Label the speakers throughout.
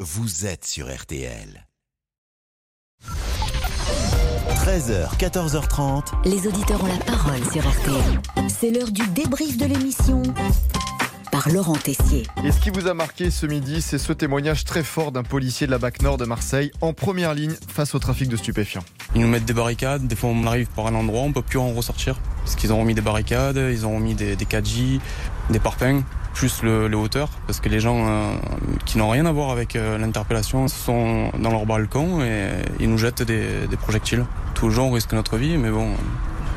Speaker 1: vous êtes sur RTL. 13h, 14h30.
Speaker 2: Les auditeurs ont la parole sur RTL. C'est l'heure du débrief de l'émission par Laurent Tessier.
Speaker 3: Et ce qui vous a marqué ce midi, c'est ce témoignage très fort d'un policier de la BAC Nord de Marseille en première ligne face au trafic de stupéfiants.
Speaker 4: Ils nous mettent des barricades, des fois on arrive par un endroit, on peut plus en ressortir. Parce qu'ils ont remis des barricades, ils ont remis des, des 4J, des parpaings, plus le, le hauteur. Parce que les gens euh, qui n'ont rien à voir avec euh, l'interpellation sont dans leur balcon et ils nous jettent des, des projectiles. Tout le gens risque notre vie, mais bon,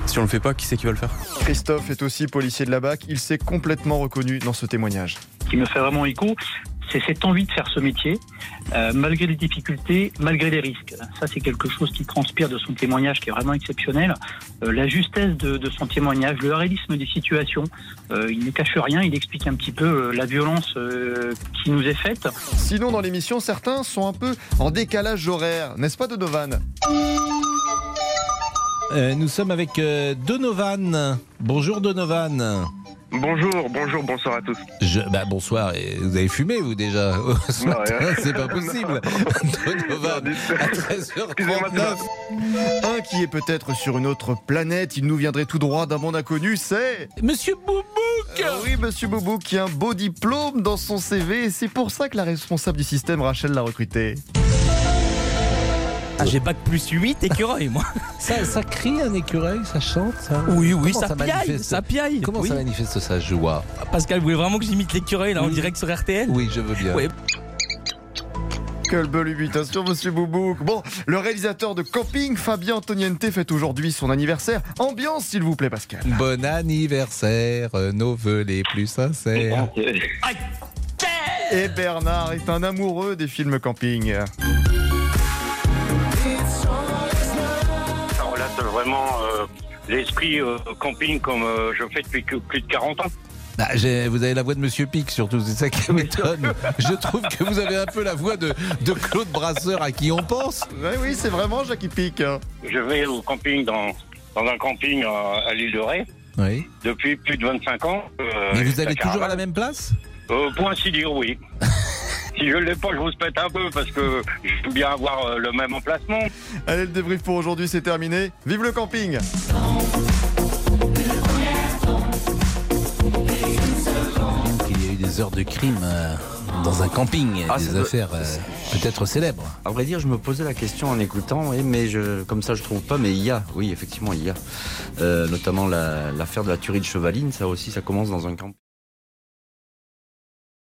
Speaker 4: si on le fait pas, qui c'est qui va le faire
Speaker 3: Christophe est aussi policier de la BAC, il s'est complètement reconnu dans ce témoignage.
Speaker 5: Ce qui me fait vraiment écho, c'est cette envie de faire ce métier, euh, malgré les difficultés, malgré les risques. Ça, c'est quelque chose qui transpire de son témoignage, qui est vraiment exceptionnel. Euh, la justesse de, de, son témoignage, le réalisme des situations, euh, il ne cache rien, il explique un petit peu euh, la violence euh, qui nous est faite.
Speaker 3: Sinon, dans l'émission, certains sont un peu en décalage horaire, n'est-ce pas, Donovan
Speaker 6: euh, nous sommes avec euh, Donovan. Bonjour Donovan.
Speaker 7: Bonjour, bonjour, bonsoir à tous.
Speaker 6: Je, bah bonsoir, vous avez fumé vous déjà Ce ouais, matin, ouais. c'est pas possible. Donovan, à 13h39.
Speaker 3: Un qui est peut-être sur une autre planète, il nous viendrait tout droit d'un monde inconnu, c'est...
Speaker 6: Monsieur Boubouk
Speaker 3: euh, Oui, Monsieur Boubouk qui a un beau diplôme dans son CV et c'est pour ça que la responsable du système, Rachel, l'a recruté.
Speaker 8: Ah, j'ai bac plus 8 écureuil, moi.
Speaker 6: Ça, ça crie un écureuil, ça chante, ça.
Speaker 8: Oui, oui, ça, ça, piaille, manifeste... ça piaille.
Speaker 6: Comment
Speaker 8: oui.
Speaker 6: ça manifeste sa joie
Speaker 8: Pascal, vous voulez vraiment que j'imite l'écureuil là en oui. direct sur RTL
Speaker 6: Oui, je veux bien. Oui.
Speaker 3: Quelle belle imitation, hein, monsieur Boubouk. Bon, le réalisateur de Camping, Fabien Antoniente, fête aujourd'hui son anniversaire. Ambiance, s'il vous plaît, Pascal.
Speaker 6: Bon anniversaire, euh, nos voeux les plus sincères.
Speaker 3: Et Bernard est un amoureux des films camping.
Speaker 7: vraiment euh, l'esprit euh, camping comme euh, je fais depuis plus de 40 ans.
Speaker 6: Ah, vous avez la voix de Monsieur Pic surtout, c'est ça qui m'étonne. Je trouve que vous avez un peu la voix de, de Claude Brasseur à qui on pense.
Speaker 3: Oui, Eh oui, c'est vraiment Jackie Pic. hein.
Speaker 7: Je vais au camping dans, dans un camping à, à l'île de Ré.
Speaker 6: Oui.
Speaker 7: Depuis plus de 25 ans. euh,
Speaker 6: Mais vous allez toujours à la même place
Speaker 7: Pour ainsi dire, oui. si je ne l'ai pas, je vous pète un peu parce que je veux bien avoir euh, le même emplacement.
Speaker 3: Allez, le débrief pour aujourd'hui, c'est terminé. Vive le camping
Speaker 6: Il y a eu des heures de crime euh, dans un camping, ah, des affaires euh, peut-être célèbres.
Speaker 9: À vrai dire, je me posais la question en écoutant, oui, mais je, comme ça je trouve pas, mais il y a, oui, effectivement, il y a. Euh, notamment l'affaire la, de la tuerie de Chevaline, ça aussi, ça commence dans un camp.